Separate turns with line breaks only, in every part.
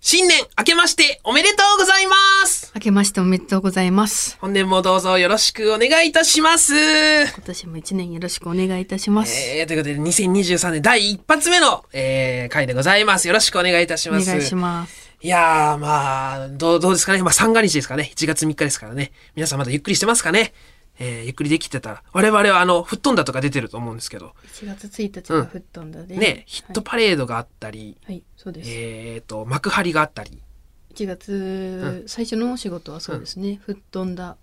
新年明けましておめでとうございます
明けましておめでとうございます。
本年もどうぞよろしくお願いいたしますえ
今年も一年よろしくお願いいたします。
ー、ということで、2023年第一発目の、えー、回でございます。よろしくお願いいたし
お
ま
願
す。
いします。
いやー、まあ、どう、どうですかね。まあ、三が日ですからね。1月3日ですからね。皆さんまだゆっくりしてますかね。えー、ゆっくりできてたら。我々はあの、吹っ飛んだとか出てると思うんですけど。
1月1日が吹っ飛んだで。
ね、ヒットパレードがあったり、
はい、はい、そうです。
えーと、幕張があったり。
1月最初のお仕事はそうですね。吹っ飛んだ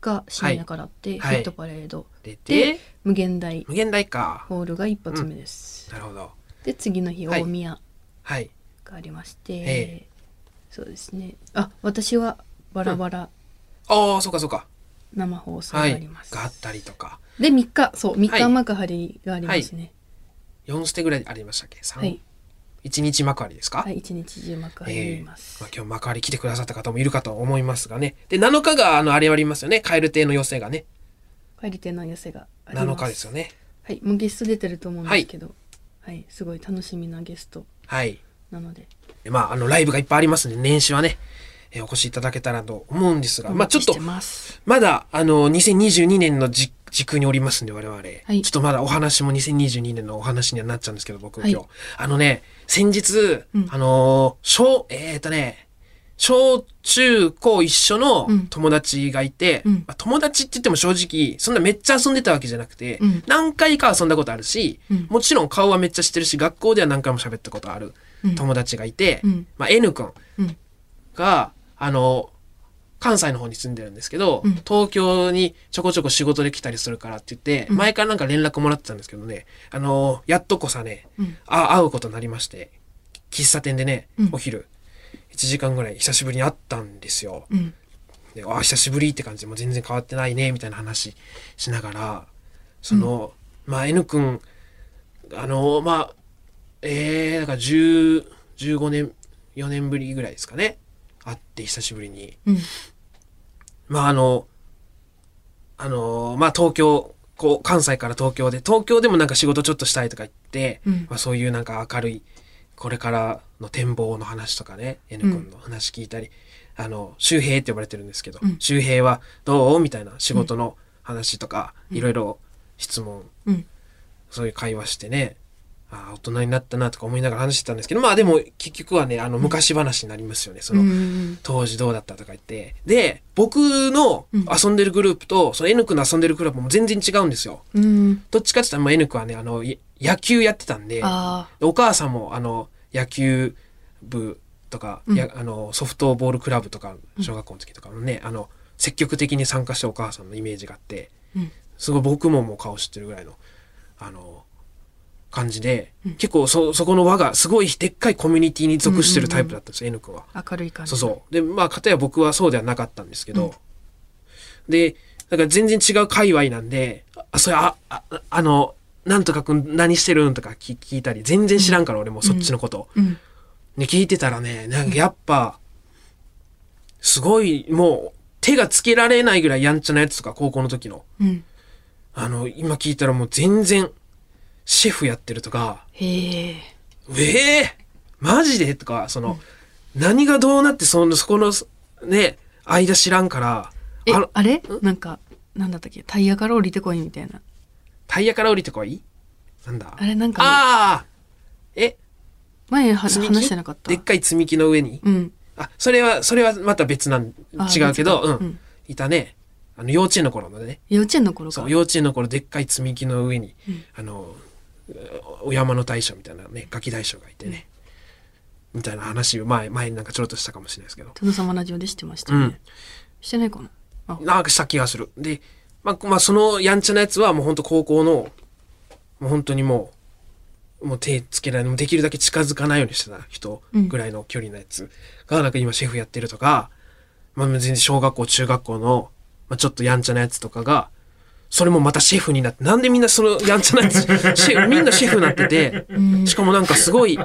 が深夜からあって、
はい
ヒットパレード
出て
で、無限大
無限大か。
ホールが一発目です。
なるほど。
で、次の日
はい
大宮
はい。
がありまして、
ええ
そうですね。あ、私はバラバラ
ああ、そうかそうか。
生放送があ
はい。
ります。
があったりとか。
で、3日、そう、3
は
日
い
幕張がありますね。
4ステぐらいありましたっけ
はい
?3、。1日幕張ですか
はい、一日中幕張に
え
い
ー
ます。
まあ、今日幕張来てくださった方もいるかと思いますがね。で、7日が、あの、あれありますよね。カエル亭の寄せがね。
帰り手の寄せがあります。
7日ですよね。
はい、もうゲスト出てると思うんですけど、はい、すごい楽しみなゲスト
はい。
なので、
でまあ、あの、ライブがいっぱいありますんで、年始はね、えーお越しいただけたらと思うんですが、
お
まあ、ち
待
ょっと
して、ます
まだ、あの、2022年のじ時空におりますんで、我々。
い
ちょっとまだお話も2022年のお話にはなっちゃうんですけど、僕、
はい
今日。あのね、先日、
うん
あのー、小、えっ、とね、小中高一緒の
うん
友達がいて、
うん
まあ友達って言っても正直、そんなめっちゃ遊んでたわけじゃなくて、
うん
何回か遊んだことあるし、
うん
もちろん顔はめっちゃ知ってるし、学校では何回も喋ったことある
うん
友達がいて、
うん
まあ、N 君
うん
が、あの、関西の方に住んでるんですけど、
うん
東京にちょこちょこ仕事で来たりするからって言って、
うん
前からなんか連絡もらってたんですけどね、あの、やっとこさね、
うん
あ会うことになりまして、喫茶店でね、
うん
お昼、1時間ぐらい久しぶりに会ったんですよ。
うん
で、あ、久しぶりって感じで、もう全然変わってないね、みたいな話しながら、その、まあ、N 君、あの、まあ、えー、だから10、15年、4年ぶりぐらいですかね。会って久しぶりに。
うん
まあ、あの、あの、まあ、東京、こう、関西から東京で、東京でもなんか仕事ちょっとしたいとか言って、
うん
まあ、そういうなんか明るい、これからの展望の話とかね、N 君の話聞いたり、あの、周平って呼ばれてるんですけど、
うん
周平はどうみたいな仕事の話とか、いろいろ質問、
うん
そういう会話してね、ああ、大人になったなとか思いながら話してたんですけど、まあでも結局はね、あの、昔話になりますよね、その、
うん
当時どうだったとか言って。で、僕の
うん
遊んでるグループと、その N 君の遊んでるグループも全然違うんですよ。
うん
どっちかって言ったら、まあ N 君はね、あの、い野球やってたんで、
あ
でお母さんも、あの、野球部とか、
うん
やあのソフトボールクラブとか、小学校の時とかのね、あの、積極的に参加したお母さんのイメージがあって、
ーうん
すごい僕ももう顔知ってるぐらいの、あの、感じで、結構そ、そこの輪がすごいでっかいコミュニティに属してるタイプだったんですよ、N 君は。
明るい感じ
そうそう。で、まあ、かたや僕はそうではなかったんですけど、で、だから全然違う界隈なんで、あ、それ、あ、ああの、なんとかくん何してるんとか聞聞いたり、全然知らんから俺もそっちのこと。
うん
で、聞いてたらね、なんかやっぱ、すごい、もう、手がつけられないぐらいやんちゃなやつとか、高校の時の。
うん
あの、今聞いたらもう全然、シェフやってるとか、
へえ
ええマジでとか、その、何がどうなって、その、そこの、ね、間知らんから、
え
あ
あ
の、
れなんかなんだったっけタイヤから降りてこいみたいな
タイヤから降りてこいなんだ
あれなんかね
ああえ
前は話
積み木
してなかった
でっかい積み木の上に、
うん
あ、それは、それはまた別なん、
あ
違うけど、
別
うん、
かうん
いたね。あの、幼稚園の頃のね。
幼稚園の頃か
そう、幼稚園の頃、でっかい積み木の上に、あの、お山の大将みたいなね、ガキ大将がいてね。みたいな話を前、前になんかちょろっとしたかもしれないですけど。
殿様ラジオでしてました
う
よ
ん
ね。してないかなあ
なんかした気がする。で、まあ、こまあ、そのやんちゃなやつはもう本当高校の、もう本当にもう、もう手つけられない、もうできるだけ近づかないようにしてた人
うん
ぐらいの距離のやつが、なんか今シェフやってるとか、まあ、全然小学校、中学校の、まあ、ちょっとやんちゃなやつとかが、それもまたシェフになって、なんでみんなそのやんちゃなやつ、シェフ、みんなシェフになってて、しかもなんかすごい、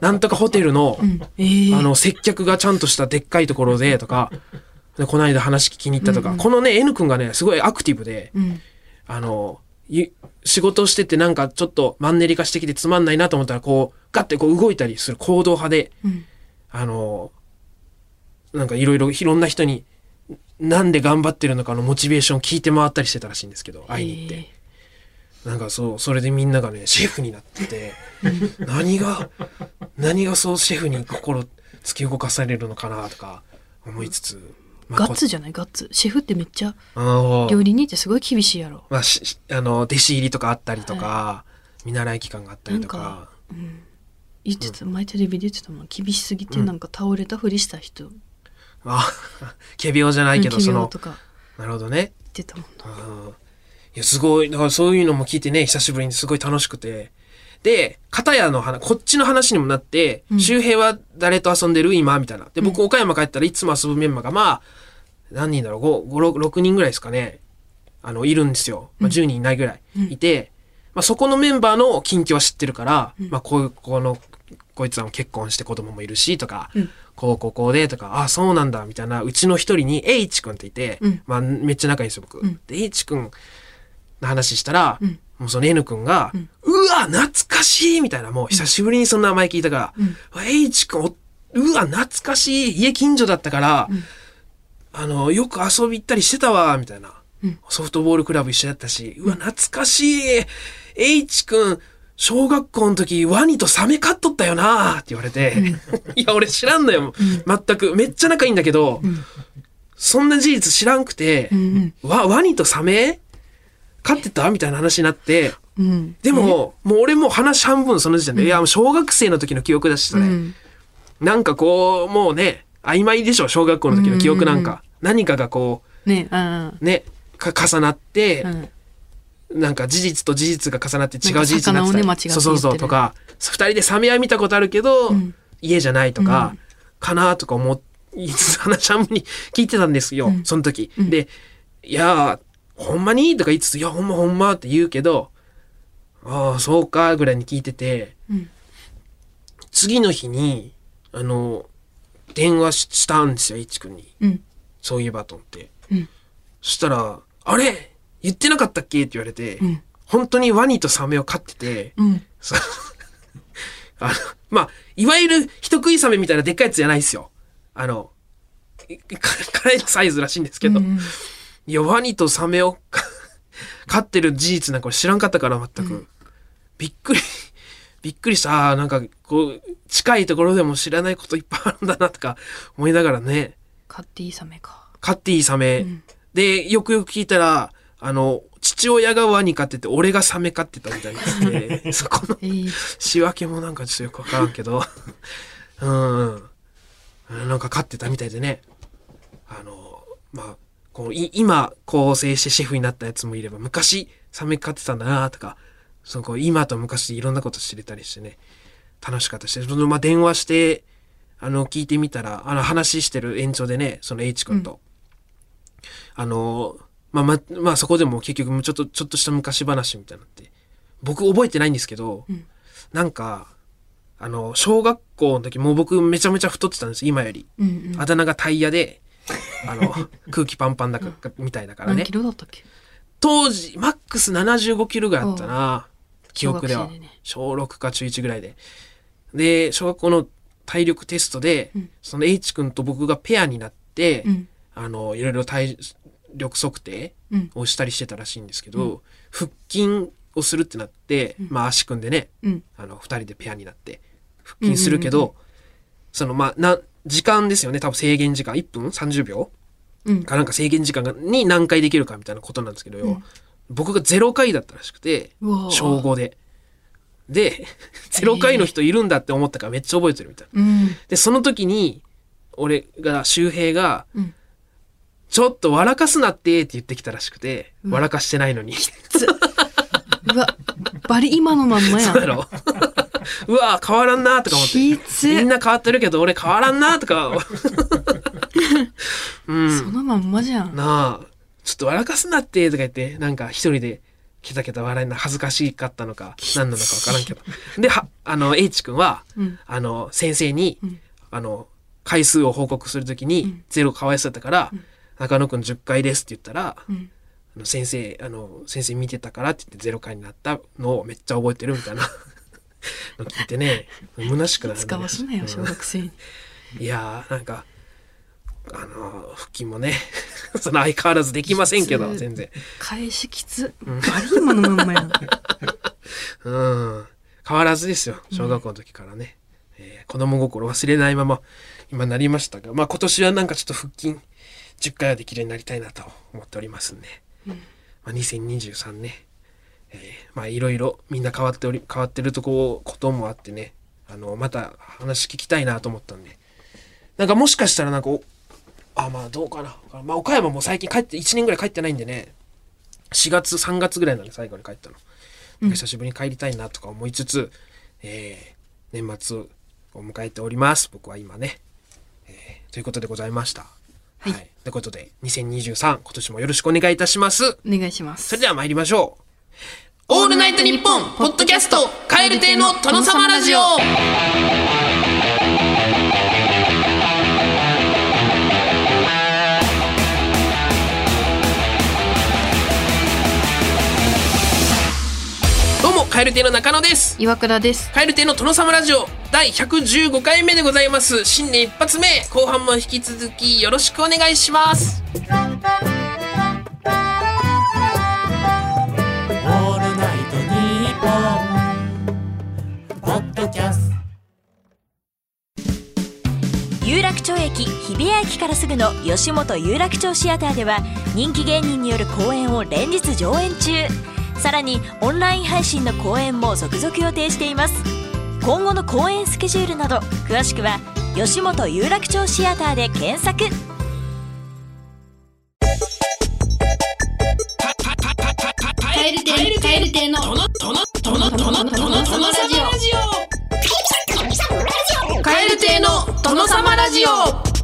なんとかホテルの、
うんええ
あの、接客がちゃんとしたでっかいところでとか、 でこの間話聞きに行ったとか、このね、N 君がね、すごいアクティブで、
うん
あの、ゆ仕事しててなんかちょっとマンネリ化してきてつまんないなと思ったら、こう、ガッてこう動いたりする行動派で、
うん
あのなんかいろいろいろんな人になんで頑張ってるのかのモチベーションを聞いて回ったりしてたらしいんですけど会いに行って、なんかそうそれでみんながねシェフになってて何が何がそうシェフに心突き動かされるのかなとか思いつつ、ま
ガッツじゃないガッツシェフってめっちゃ
あの
料理人ってすごい厳しいやろ、
まあ、ししあの弟子入りとかあったりとか、見習い期間があったりとか
なんうん、言ってた前テレビで言ってたもん厳しすぎてなんか倒れたふりした人、
あ 仮病じゃないけど、
うん奇
そ
病
の
とか
なるほどね
言ってたもんな
うんいや、すごい。だからそういうのも聞いてね、久しぶりにすごい楽しくて。で、片屋の話、こっちの話にもなって、
うん
周平は誰と遊んでる今、みたいな。で、僕、
うん
岡山帰ったらいつも遊ぶメンバーが、まあ、何人だろう、5、5 6人ぐらいですかね。あの、いるんですよ。まあ、
うん
10人いないぐらい
うん
いて、まあ、そこのメンバーの近況は知ってるから、
うん
まあ、こういう、この、こいつはもう結婚して子供もいるし、とか、
うん
こうこうこうでとか、あ、そうなんだ、みたいな、うちの一人に、えいちくんっていて、
うん
まあ、めっちゃ仲いいんですよ、僕。
うん
で、えいちくんの話したら、
うん
もうその N くんが、う
うん
わ、懐かしいみたいな、もう久しぶりにその名前聞いたから、
うん
えいちくん、おうわ、懐かしい家近所だったから、
うん
あの、よく遊び行ったりしてたわ、みたいな。
うん
ソフトボールクラブ一緒だったし、うわ、懐かしいえいちくん、小学校の時、ワニとサメ飼っとったよなって言われて、 いや、俺知らんのよ、全く。めっちゃ仲いいんだけど、
うん
そんな事実知らんくて、
うん
わ、ワニとサメ飼ってたみたいな話になって、
うんうん
でも、もう俺もう話半分その時点で、いや、もう小学生の時の記憶だし、それ。
うん
なんかこう、もうね、曖昧でしょ、小学校の時の記憶なんか。
うん
何かがこ
ねああ
う、ね、か重なって、
うん
なんか事実と事実が重なって違
なん
う
か
事実になって
魚をね
り
間違って言って
そう
る
そうそうとか二人でサメは見たことあるけど、
うん
家じゃないとか、
うん
かなとか思いつつ話しゃんに聞いてたんですよ、
うん
その時。
うん
で「いやーほんまに?」とか言いつつ「いやほんまほんま」って言うけど「ああそうか」ぐらいに聞いてて
うん
次の日にあの電話ししたんですよ一君に。
うん
そういえばと思って。
うん
そしたら、あれ言ってなかったっけって言われて、
うん
本当にワニとサメを飼ってて、
うん
そあの、まあ、いわゆる人食いサメみたいなでっかいやつじゃないですよ。あの、いか飼えるサイズらしいんですけど、
うん
いや、ワニとサメを飼ってる事実なんか知らんかったから、全く。
うん
びっくり、びっくりした。ああ、なんか、こう、近いところでも知らないこといっぱいあるんだなとか思いながらね、
カッティサメか
飼っていいサメ、
うん
で、よくよく聞いたら、あの、父親がワニ飼ってて、俺がサメ飼ってたみたいなん で、そこの
えー
仕分けもなんかちょっとよくわからんけど、 うん、うん。なんか飼ってたみたいでね。あの、まあ、こう、い今、構成してシェフになったやつもいれば、昔、サメ飼ってたんだなとか、そのこう今と昔でいろんなこと知れたりしてね、楽しかったし、その、まあ、電話して、あの、聞いてみたら、あの、話してる延長でね、その H 君と、あの、まあ、ま、まあ、そこでも結局、ちょっと、ちょっとした昔話みたいになって、僕覚えてないんですけど、
うん
なんか、あの、小学校の時、もう僕めちゃめちゃ太ってたんです、今より。
うんうん
あだ名がタイヤで、あ の、空気パンパンだか、みたいだから
何
ね
キ。ロだったっけ
当時、マックス75キロぐらいあったな、記憶で
小
は
学生。ね
小6か中1ぐらいで。で、小学校の体力テストで、
うん
その H 君と僕がペアになって、
うん
あの、いろいろ体力測定
うん
をしたりしてたらしいんですけど、腹筋をするってなって、まあ足組んでね、
うん
あの、二人でペアになって、腹筋するけど、その、まあ、な、時間ですよね。多分制限時間、1分 ?30 秒
うん
かなんか制限時間がに何回できるかみたいなことなんですけど、
うん
僕が0回だったらしくて、
うわ
小5で。で、0回 の人いるんだって思ったからめっちゃ覚えてるみたいな。
うん
で、その時に、俺が、周平が、
うん
ちょっと笑かすなってって言ってきたらしくて、
うん
笑かしてないの に。
うわバリ今のまんま
そ
や
うだ
ん
ろうわ変わらんなとか思って。
きつ
みんな変わってるけど俺変わらんなと か。うん。
そのまんまじゃん
なあ、ちょっと笑かすなって、とか言って、なんか一人で、ケタケタ笑いな、恥ずかしかったのか、何なのかわからんけど。で、は、あの、H 君は、
うん
あの、先生に、
うん
あの、回数を報告するとき
う
に
ん、
ゼロかわいそうだったから、
うん
中野くん10回ですって言ったら、
うん
あの先生、あの、先生見てたからって言ってゼロ回になったのをめっちゃ 覚えてるみたいなの聞いてね、虚しくなるね
使わすなよ
うん
小学生に
いやーなんかあのー腹筋もね その相変わらずできませんけど
普通
全然
返しきつバリーマンのまんまやん
うん変わらずですよ小学校の時からね、えー子供心忘れないまま今なりましたがまあ今年はなんかちょっと腹筋10回はできるようになりたいなと思っておりますんで、まあ、2023ね、えーまあいろいろみんな変わっており変わってるとここともあってねあのまた話聞きたいなと思ったんでなんかもしかしたらなんかおあまあどうかな、まあ、岡山も最近帰って1年ぐらい帰ってないんでね4月3月ぐらいなんで最後に帰ったのなんか久しぶりに帰りたいなとか思いつつ、えー年末を迎えております僕は今ね、えーということでございましたはい、ということで2023今年もよろしくお願いいたします
お願いします
それでは参りましょうオールナイトニッポンポッドキャスト蛙亭の殿様ラジオどうも蛙亭の中野です
岩倉です
カエル亭の殿様ラジオ第115回目でございます新年一発目後半も引き続きよろしくお願いします
オールナイトニッポン」ポッドキャス
有楽町駅日比谷駅からすぐの吉本有楽町シアターでは人気芸人による公演を連日上演中さらにオンライン配信の公演も続々予定しています今後の公演スケジュールなど詳しくは吉本有楽町シアターで検索
カエル亭のカエル亭の殿殿殿殿殿様ラジオカエル亭の殿様ラジオ
お前の弁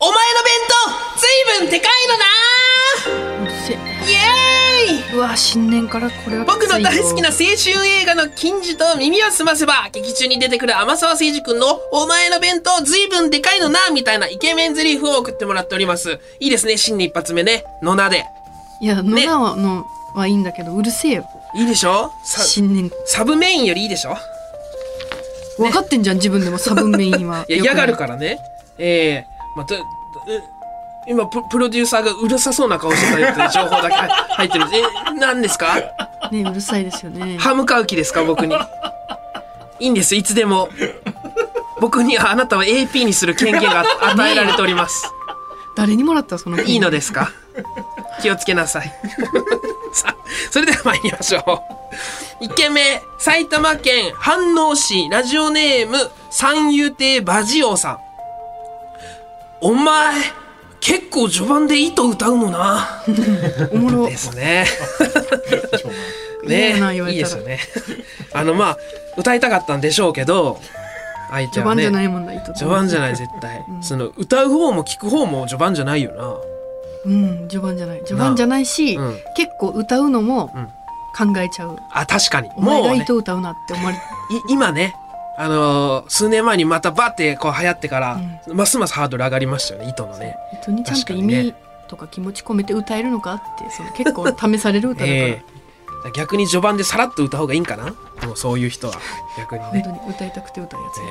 当ずいぶんでかいのな
うっせ
イエーイ
うわ新年からこれはきつい
僕の大好きな
よ
青春映画の金字と耳を澄ませば劇中に出てくる天沢誠二君の「お前の弁当ずいぶんでかいのな」みたいなイケメンゼリフを送ってもらっておりますいいですね新年一発目ね野名で
いや野田はのはいいんだけどうるせえよ
いいでしょさ
新年
サブメインよりいいでしょ
分かってんじゃん自分でも差分面今
いや嫌がるかららね。ええまた、え今ププロデューサーがうるさそうな顔してたやつ情報だけ入ってる。え、何ですか
ねうるさいですよね
歯向かう気ですか僕に。いいんです、いつでも。僕にはあなたは AP にする権限が与えられております。
誰にもらったその
いいのですか気をつけなさい。 さあ、それでは参りましょう。1軒目、埼玉県飯能市ラジオネーム三遊亭バジオさん。お前、結構序盤で糸歌うのな。
おもろ
ですね。
いいよな言わ
ね、
れ
いいです
たら
よね。あの、まあ、歌いたかったんでしょうけど、相手
序
は
盤
ね。
じゃないもんだ糸
序盤じゃ
ない
ない、絶対。その、歌う方も聞く方も序盤じゃないよな。
うん序盤じゃない序盤じゃないし、
うん
結構歌うのも考えちゃう、
あ、確かに。
お前
も
が
うね
糸歌うなって思われ
い今ね、あのー数年前にまたバーってこう流行ってから、ますますハードル上がりましたよね、糸のね。
糸にちゃんと意
確かに
味
ね
とか気持ち込めて歌えるのかってその結構試される歌だから、
ええ逆に序盤でさらっと歌う方がいいんかなもうそういう人は。逆に
本
ね。
当に歌いたくて歌うやつ、
えー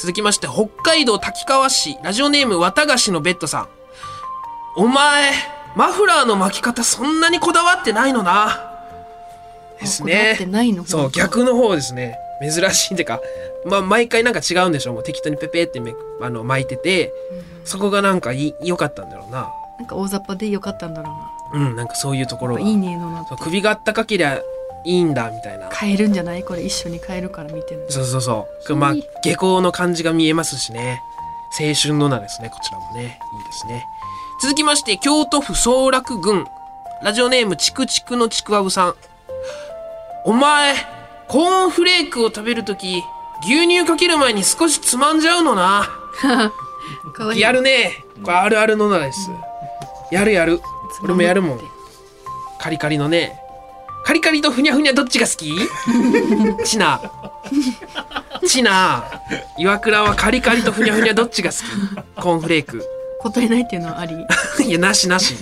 続きまして、北海道滝川市、ラジオネーム、綿菓子のベッドさん。お前、マフラーの巻き方そんなにこだわってないのな。です
こだわって
ね。
ないの
そう、逆の方ですね。珍しいってか、まあ、毎回なんか違うんでしょう。もう適当にペペってめくあの巻いてて、そこがなんかいい良かったんだろうな。
なんか大雑把でよかったんだろう
うん、なんかそういうところ
な
が。
いいねのな
そう首があったかけりゃいいんだ、みたいな。
変えるんじゃないこれ一緒に変えるから見てる
そうそうそう。まあ
いい、
下校の感じが見えますしね。青春の名ですね、こちらもね。いいですね。続きまして、京都府総楽郡。ラジオネーム、ちくちくのちくわぶさん。お前、コーンフレークを食べるとき、牛乳かける前に少しつまんじゃうのな。
かわいい
やるね。これあるあるの名です。やるやる。俺もやるもん。カリカリのね。カリカリとふにゃふにゃどっちが好 きチナ。チナ。岩倉はカリカリとふにゃふにゃどっちが好きコーンフレー ク。
答えないっていうのはあり
いや、なしなし。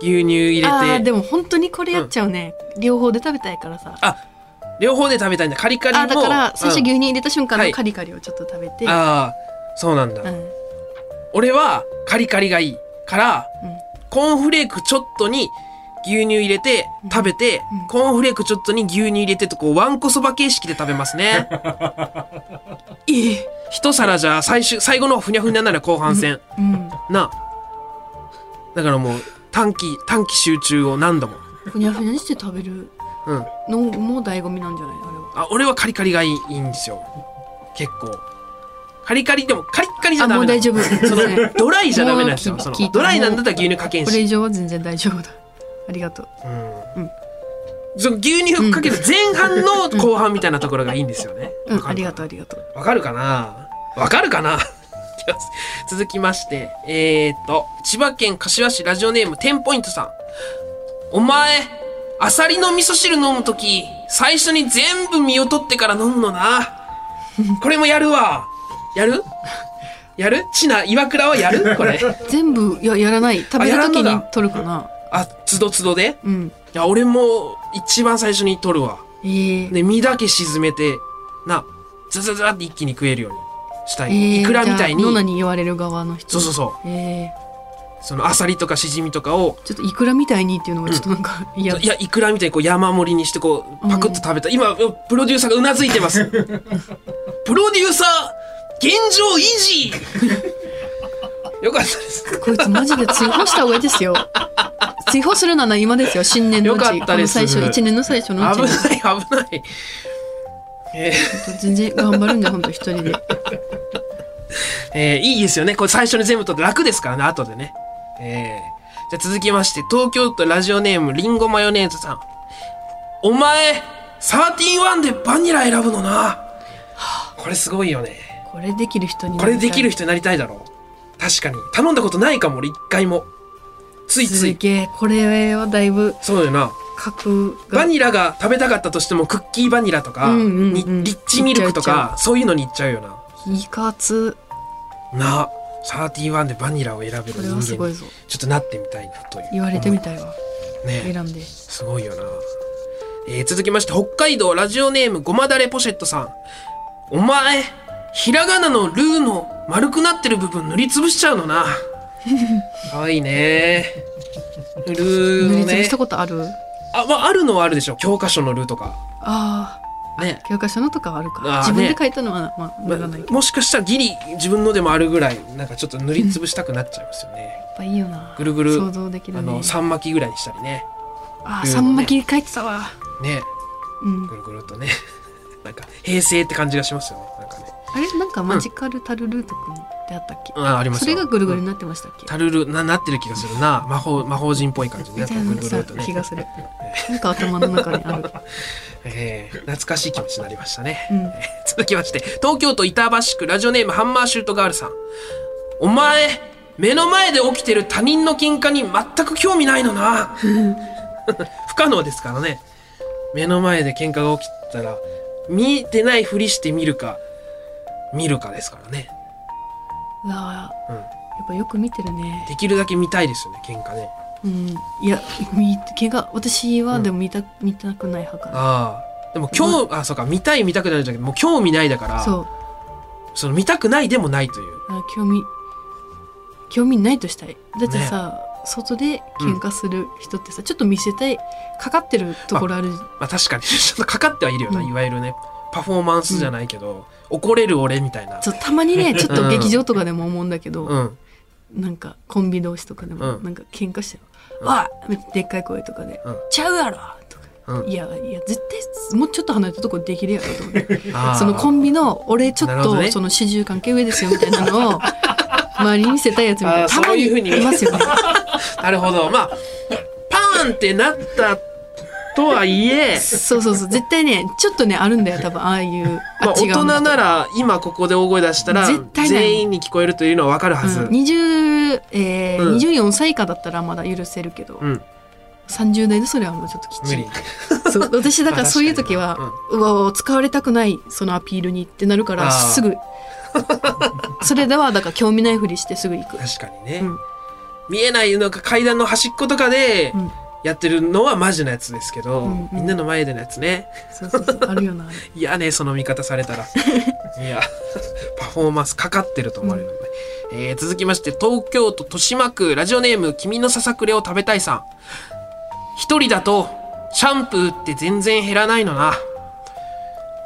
牛乳入
あー
れ
で
て。
も本当にこれやっちゃうね、両方で食べたいからさ
あ、両方で食べたいんだカリカリも
あだから最初
うん
牛乳入れた瞬間
は
の
い
カリカリをちょっと食べて、
ああそうなんだ、
うん
俺はカリカリがいいから、
うん
コーンフレークちょっとに牛乳入れて食べて、
うん
コーンフレークちょっとに牛乳入れてとこうわんこそば形式で食べますね
ええ
一皿じゃ最終最後のふにゃふにゃなら後半戦
うん
なあだからもう短期短期集中を何度も
ふにゃふにゃにして食べる
うん
のも醍醐味なんじゃないあれは
あ俺はカリカリがいいいいんですよ結構カリカリでもカリッカリじゃダメなの
あもう大丈夫
そ
すいませ
の
ん
ドライじゃダメなんですよ
もう
そ
聞い
の
聞いた
ドライなんだったら牛乳かけん
これ
し
以上は全然大丈夫だありがとう
うん
うん
その牛乳かける前半の後半みたいなところがいいんですよね
う
わ
ん
か
あ
る
り
か
が
な
とうありがとう
わかるかなわかるかな続きまして、えー、っと、千葉県柏市ラジオネームテンポイントさん。お前、アサリの味噌汁飲むとき、最初に全部身を取ってから飲むのな。これもやるわ。やるやるちな、岩倉はやるこれ。
全部いややらない食べる時
やらんの
に
だ
取るかな
あ、つどつどで
うん
いや、俺も一番最初に取るわ。
ええ
で、身だけ沈めて、な、ザザザって一気に食えるようにしたい。
ええ
いくらみたいに。
じゃあノナに言われる側の
そ
人
うそうそう。
うええ
そのアサリとかシジミとかを
ちょっといくらみたいにっていうのがちょっとなん か
い
嫌
やいくらみたいにこう山盛りにしてこうパクッと食べた、今プロデューサーがうなずいてますプロデューサー現状維持よかったです
こいつマジで追放した方がいいですよ 追放するなら今ですよ新年のうち
よかったです
この最初一年の最
危
初のうち
ない
に
危ないえ
全然頑張るんで本当一人 で
ーえーいいですよねこれ最初に全部取って楽ですからね後でねえーじゃあ続きまして東京都ラジオネームリンゴマヨネーズさんお前サーティワンでバニラ選ぶのなこれすごいよね
これできる人に
これできる人
人
になりたいだろう確かに頼んだことないかも俺一回もついつ
す
い
げえこれはだいぶ
そうよな
格が
バニラが食べたかったとしてもクッキーバニラとか、
うんうんうん
にリッチミルクと
いっちゃういっち
かそういうのに行っちゃうよ
いかつ
ななサーティワンでバニラを選べ
こ
る
れ
人
は
間
すごい
に
ぞ
ちょっとなってみたいなという
言われてみたいわ
ね
選んです
ごいよな、えー続きまして北海道ラジオネームごまだれポシェットさんお前ひらがなのルーの丸くなってる部分塗りつぶしちゃうの なかわいいねルー
塗
の
りつぶ
ね
したことある
あ,、まあ、あるのはあるでしょ教科書のルーとか
あ
ね
あ教科書のとかはあるか
あー
自分
ね
で書いたのはまあ塗らないけど
もしかしたらギリ自分のでもあるぐらいなんかちょっと塗りつぶしたくなっちゃいますよね
やっぱいいよな
ぐるぐる
想像でき
あ
るね
の三巻きぐらいにしたりね
あ
うん
ーさんまき書いてたわ
ね
うん
ぐるぐるっとね なんか平成って感じがしますよねなんかね
あれなんかマジカルタルルートくんってあったっけ
ああります
そ
よ
れがぐるぐるになってましたっけ
タルルななってる気がするな魔法魔法人っぽい感じね
みたいな
ぐるぐる
さ
っとね
気がするなんか頭の中 にある
えー懐かしい気持ちになりましたね、
うん
続きまして東京都板橋区ラジオネームハンマーシュートガールさんお前目の前で起きてる他人の喧嘩に全く興味ないの な不可能ですからね目の前で喧嘩が起きたら見てないふりして見るか見るかですからね
うわー
うん
やっぱよく見てるね
できるだけ見たいですよね喧嘩ね
うんいや見怪我私はでも見た見たくない派か
ああでも今日、あそうか見たい見たくないじゃなくてもう興味ないだから
なそう
その見たくないでもないという
あ興味興味ないとしたいだってさ、外で喧嘩する人ってさ、ちょっと見せたいかかってるところある、
まあ確かに ちょっとかかってはいるよな、
うん
いわゆるねパフォーマンスじゃないけど、怒れる俺みたいな
そうたまに ねちょっ
う
と
ん
劇場とかでも思うんだけど、
うん
なんかコンビ同士とかでも、
うん
なんか喧嘩して「わ、あでっかい声とかで「
うん
ちゃうやろ!」とか。
うん
いやいや絶対もうちょっと離れたとこできるやろと思って
あー
そのコンビの俺ちょ
な
っ
るほ
と、
どね
その始終関係上ですよみたいな のを周りに見せたいやつみた
あ
い
ー
なたまに
そういうふうに
いますよね
なるほどまあパーンってなったとはいえ
そうそうそう絶対ねちょっとねあるんだよ多分ああいう
まあ大人
な
なら今ここで大声出したら
絶対ない
全員に聞こえるというのはわかるはず、
うん20えー
うん
24歳以下だったらまだ許せるけど、
うん
30代でそれはもうちょっときつ
無
い
理
そう私だか
まあ
らそういう時
確か
は、うわ使われたくないそのアピールにってなるから
あー
すぐ それではだから興 味ないふりしてすぐ行く
確かにね、
うん
見えないなんか階段の端っことかで、
うん
やってるのはマジのやつですけど、
うんうん
みんなの前でのやつね
そうそうそうあるよな あれ
いやねその見方され たらいやパフォーマンスかかってると思われるので、えー続きまして東京都豊島区ラジオネーム「君のささくれを食べたいさん」一人だとシャンプーって全然減らないのな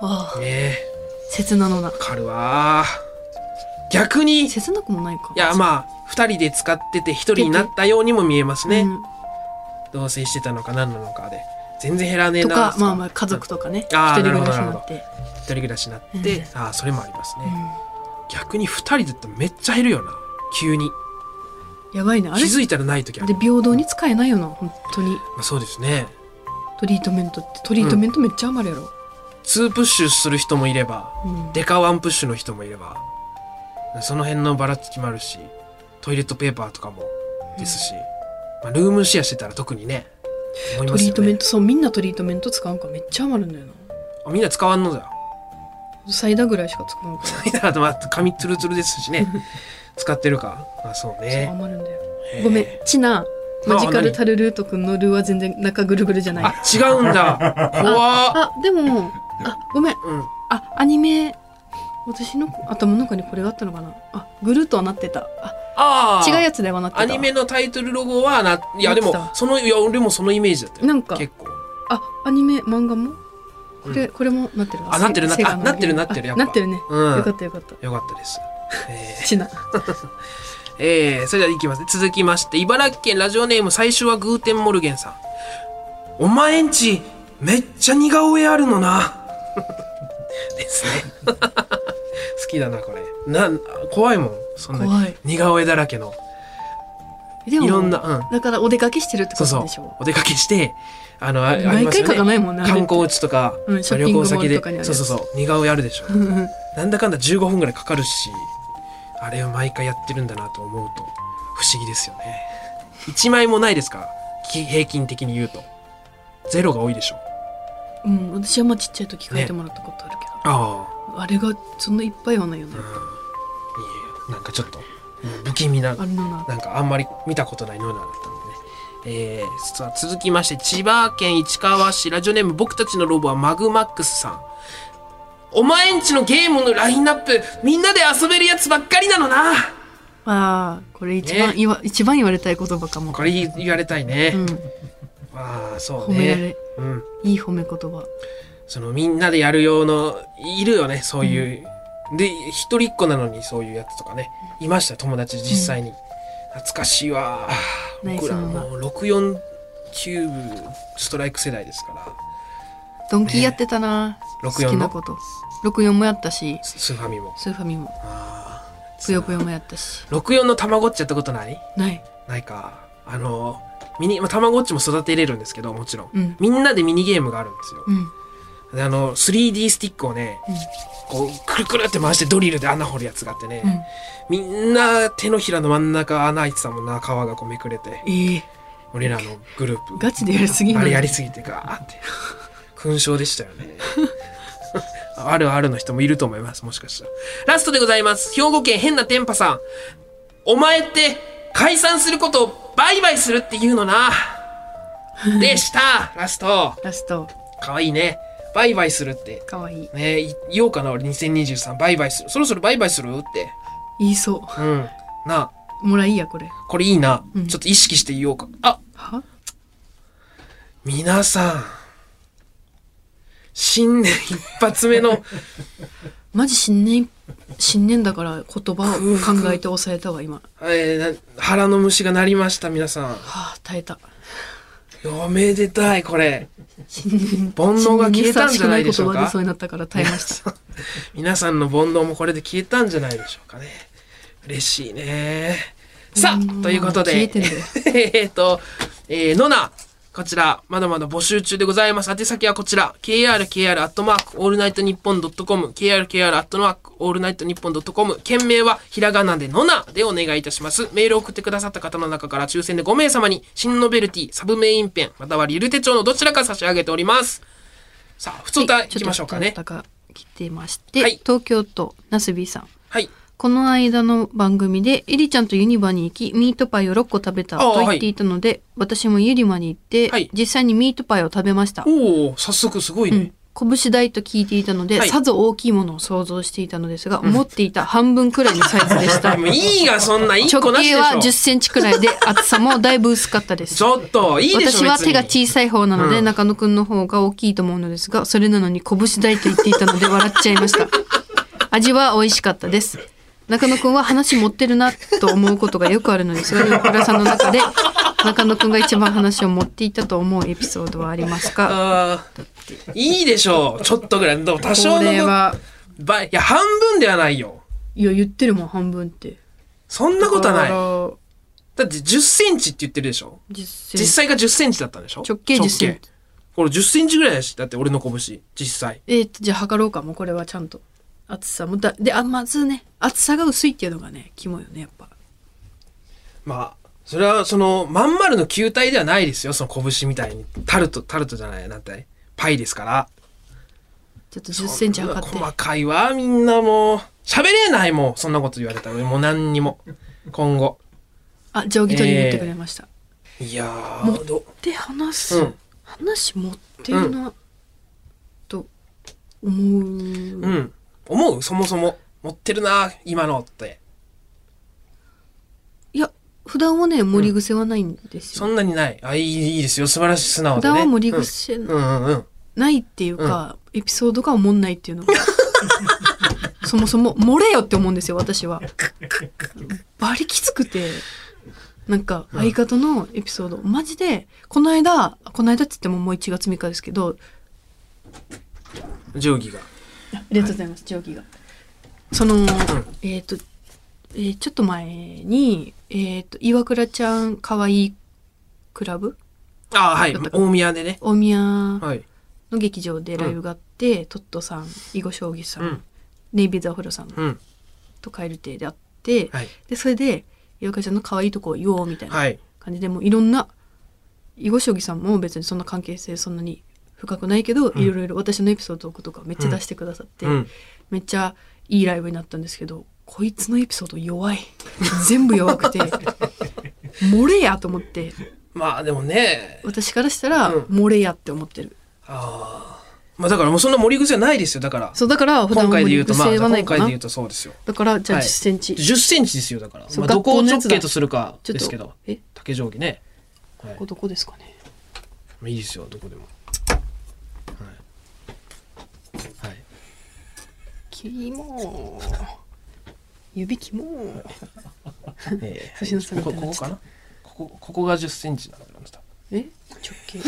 ああ
ねえ
切なのな
わかるわ逆にい
切なくもないか
やまあ2人で使ってて1人になったようにも見えますね、
うん
同棲してたのか何なのかで全然減らねえ
と
な
か
と
まあまあ家族とかね一
あー
人暮らしになって
一人暮らしになって、
うん
ああそれもありますね、
う
逆に2人だったらめっちゃ減るよな急に
んやばいねあ
気
れ
づいたらない時あ
で
る、
平等に使えないよな本当に
まあ、そうですね
トリートメントってトリートメントめっちゃ余るやろ
2プッシュする人もいれば
うん
デカワンプッシュの人もいればその辺のばらつきもあるしトイレットペーパーとかもですし、まあ、ルームシェアしてたら特にね思い
ト
ます
リ
よ
ートメン
ね
トそうみんなトリートメント使うんかめっちゃ余るんだよな
あみんな使わんのだよ
サイダーぐらいしか使わんか
あとまあ髪ツルツルです しね使ってるかまあそう
ら
ね
余るんだよ
へえ
ごめんチナマジカル
あ
タルルート君のルーは全然中ぐるぐるじゃない
あ違うんだ怖っ
あでもあごめん
うん
あアニメ私の頭の中にこれがあったのかなあぐるっとはなってたあ
ああ
違うやつではなってた
アニメのタイトルロゴはないやでも
なってた
そのいや俺もそのイメージだったよ
なんか
結構
あアニメ漫画もこれ、
う
これもなってる
あなってるなってる
セガの
あなってるなってる
あ
やっぱ
なってるね、
うん
よかったよかった
よかったですえ
ちな
ーえーそれではいきます続きまして茨城県ラジオネーム最初はグーテンモルゲンさんお前んちめっちゃ似顔絵あるのなですね 好きだなこれなん怖いもんそんな
怖い
似顔絵だらけの
でも
いろんなうん
だからお出かけしてるって
そ
こ
うそ
と
う
でしょ
お出かけしてあのああり
毎
ます
回
よ
書か
ね
ないもんねあれ
観光地とか、
うんショッピングモールとかにあるやつ
そうそうそう似顔絵あるでしょ
うん
なんだかんだ15分ぐらいかかるしあれを毎回やってるんだなと思うと不思議ですよね1枚もないですからき平均的に言うとゼロが多いでしょ
うん私はまあちっちゃい時書いてもらったことあるけど、
あ
あれがそんないっぱいはないよね
あ、うん、いえなんかちょっとうん不気味な
あれのな
なんかあんまり見たことないノーナーだったのでね。えー、さあ続きまして、千葉県市川市、ラジオネーム僕たちのロボはマグマックスさん。お前んちのゲームのラインナップ、みんなで遊べるやつばっかりなのな
あーこれ一番
ね
言わ、一番言われたい言葉かも
これ言われたいね。
うん、
ああ、そう
褒められ、
ね。うん。
いい褒め言葉
そのみんなでやる用の、いるよね、そういう。で、一人っ子なのにそういうやつとかね。いました、友達実際に。懐かしいわ。
ナイス
僕ら
ママ
もう64キューブストライク世代ですから。
ドンキーやってたな、
ね
好きなこと64もやったし
ススーファミも。
スーファミも
あ
ぷよぷよもやったし
ー64のたまごっちやったことない
ない
ないか。あの、ミニ、まあ、たまごっちも育てれるんですけど、もちろん。
うん
みんなでミニゲームがあるんですよ。
うん
であの、3D スティックをね、
うん
こう、くるくるって回してドリルで穴掘るやつがあってね、
うん
みんな手のひらの真ん中穴開いてたもんな、皮がこうめくれて、
ええ
俺らのグループ。
ガチでやりすぎ
あ
な
れ
い
やりすぎてガーって。勲章でしたよね。 あるあるの人もいると思います、もしかしたら。ラストでございます。兵庫県変な天パさん。お前って解散することをバイバイするって言うの な。でした。ラスト。
ラスト
かわいいね。バイバイするって。
かわいい
ねい言おうかな、俺2023。バイバイする。そろそろバイバイするって。
言いそ
うん。なあ、
うもらいいやこれ
これいいな。
うん
ちょっと意識して言おうか。あ、
は
皆さん、新年一発目の
マジ新年新年だから言葉を考えて抑えたわ今は
えーな腹の虫が鳴りました、皆さ
あ耐えた
ん。おめでたい、これ。
新年
煩悩が消えたんじゃないでしょう
新年にふさわしくな言葉
か
出そうになったから耐えま した
皆さんの煩悩もこれで消えたんじゃないでしょうかね。嬉しいね。さ
うん
あ、ということで。
消えてんだよ
えっと、えー、のな。こちら、まだまだ募集中でございます。宛先はこちら、krkr アットマークオールナイトニッポンドットコム、krkr アットマークオールナイトニッポンドットコム、件名はひらがなでのなでお願いいたします。メールを送ってくださった方の中から抽選で5名様に、新ノベルティ、サブメインペン、またはリル手帳のどちらか差し上げております。さあ、普通歌いきましょうかね
ちょっ。と来てまして、
はい
東京都なすびさん
はい。
この間の番組でエリちゃんとユニバに行きミートパイを6個食べた
あー
と言っていたので、私もユニバに行って、
はい
実際にミートパイを食べました、
おお早速すごいうね
ん、拳大と聞いていたので、
はい
さぞ大きいものを想像していたのですが、持っていた半分くらいのサイズ でした
もういいがそんな一個
直
なし
径
で
は1
しょ
0ンチくらいで厚さもだいぶ薄かったです
ちょっといいでしょ
私は手が
別に
小さい方なので、
うん
中野くんの方が大きいと思うのですがそれなのに拳大と言っていたので笑っちゃい ました味は美味しかったです中野くんは話持ってるなと思うことがよくあるのですが横倉さんの中で中野くんが一番話を持っていたと思うエピソードはありますか
あーいいでしょうちょっとぐらいでも多少
これ
の
は
ばいや半分ではないよ
いや言ってるもん半分って
そんなことはない
だか
だ
ら
って1 0ンチって言ってるでしょ
10センチ
実際が1 0ンチだったんでしょ
直径10センチ
これ1 0ンチぐらいだしだって俺の拳実際
えーとじゃあ測ろうかもうこれはちゃんと厚さもだであまずね厚さが薄いっていうのがね肝よねやっぱ
まあそれはそのまん丸の球体ではないですよその拳みたいにタルトタルトじゃないなんてパイですから
ちょっと1 0ンチ測っ
細
て
かいわみんなもう喋れないもんそんなこと言われたら俺もう何にも今後
あ定規取りに言ってくれました、
いやーど
で話す、
うん
話持ってるな、と思う、
うん思うそもそも持ってるな今のって
いや普段はね盛り癖はないんです
そ
よ、
んなにないあいいいいですよ素晴らしい素直
普
でね
段は盛り癖
うんうんうん
ないっていうか、エピソードがおもんないっていうの がそもそも漏れよって思うんですよ私はバリきつくてなんか相方のエピソード、マジでこの間この間っつってももう1月3日ですけど
定規が
ありがとうございます、定規が。その、えっ、と、えーちょっと前に、えっ、と、岩倉ちゃんかわいいクラブ
ああはい
ちょっと
大宮でね
大宮の
はい
劇場でライブがあって、トットさん、囲碁将棋さん、
うん
ネイビーザホロさん
うん
とカエル亭であって、
はい
で、それで、岩倉ちゃんの可愛いとこを言おうみたいな
はい
感じで、もういろんな、囲碁将棋さんも別にそんな関係性そんなに深くないけど、いろいろ私のエピソードとかめっちゃ出してくださって、
うん
めっちゃいいライブになったんですけどこいつのエピソード弱い全部弱くて 漏れやと思って
まあでもね
私からしたら
うん
漏れやって思ってる、
あーまあだからもうそんな盛り癖はないですよだから
そうだから普段
今
は
回で
盛
言
り
うとまあ
癖は
今
ないか
回で
な、
言うとそうですよ
だからじゃあ1
はい
0ンチ、
1 0ンチですよだから、
そう
まあ、どこを
学校のや
直
つだ
径とするか
ちょっ
ですけ
と
ど
え
竹定規ね、はい
ここどこですかね
いいですよどこでもはい、はい、
キモー指キモー
ええ
粗品さんみ
こ
たい
こ
になっ
こ
ち
か
ゃった
なここここが1 0ンチなんだろうな多
え直径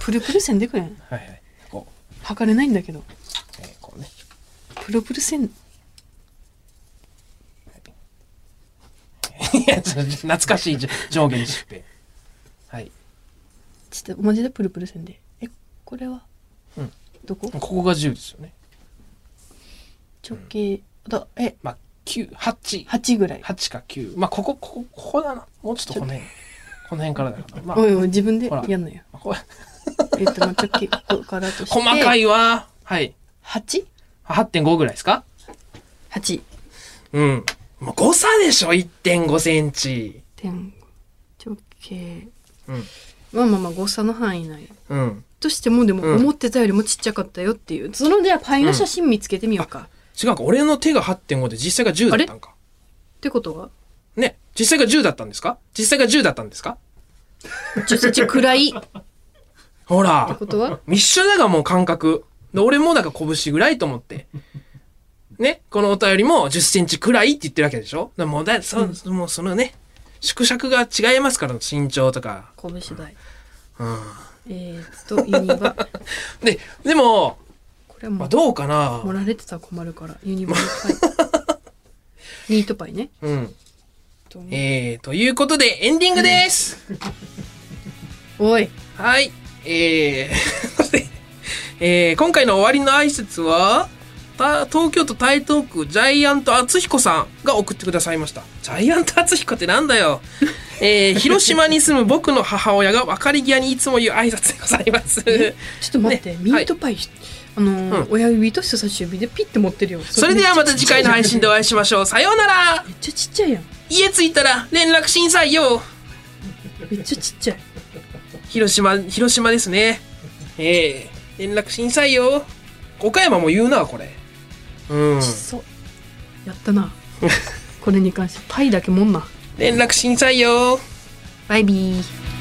プルプル線でくれん
分はいはいこう、
測れないんだけど
ええこうね
プルプル線
いやちょっと懐かしいじ上下にしっぺはい
ちょっとマジでプルプル線でえこれは、
うん
どこ
ここが10ですよね
直径だえ
まあ98
8ぐらい
8か9まあここここここだなもうちょっとこの辺この辺からだからまあ
おいおい自分で
ほら
やんのよ
こ
えっとまたここからとして
細かいわはい
八
8.5ぐらいですか
八
うん。もう誤差でしょ ?1.5 センチ。
点直径
うん
まあまあまあ誤差の範囲内
うん。
としてもでも
うん
思ってたよりもちっちゃかったよっていうそのじゃあパイの写真見つけてみようか
違うか、俺の手が8.5で実際が10だったんか。
ってことは
ね。実際が10だったんですか実際が10だったんですか
10センチくらいって
ほら。
ことは
一緒だがもう感覚。で俺もなんか拳ぐらいと思 って。ね。このお便りも10センチくらいって言ってるわけでしょだからもうだ、そ、もうそのね、縮尺が違いますから、身長とか。
拳大
うん。
えーっとユニバ
で、でも、
これはも
まあ、
う
どうかな
盛られてたら困るからユニバの パイミートパイね
うん。えー、ということで、エンディングです、
おい
はい。えー、 そして、えー、今回の終わりの挨拶は、た東京都台東区ジャイアント厚彦さんが送ってくださいました。ジャイアント厚彦ってなんだよ。え ー広島に住む僕の母親が別れ際にいつも言う挨拶でございます。
ちょっと待って、
ね
ミートパイ、あのー
う
親指と人差し指でピッて持ってるよ
それではまた次回の配信でお会いしましょう。さようなら
めっちゃちっちゃいやん
家着いたら連絡しんさいよ
めっちゃちっちゃい
広島、広島ですね。ええ連絡しんさいよ岡山も言うな、これ。うん
ちっ。そうやったなこれに関してパイだけもんな
連絡しんさいよ
バイビー。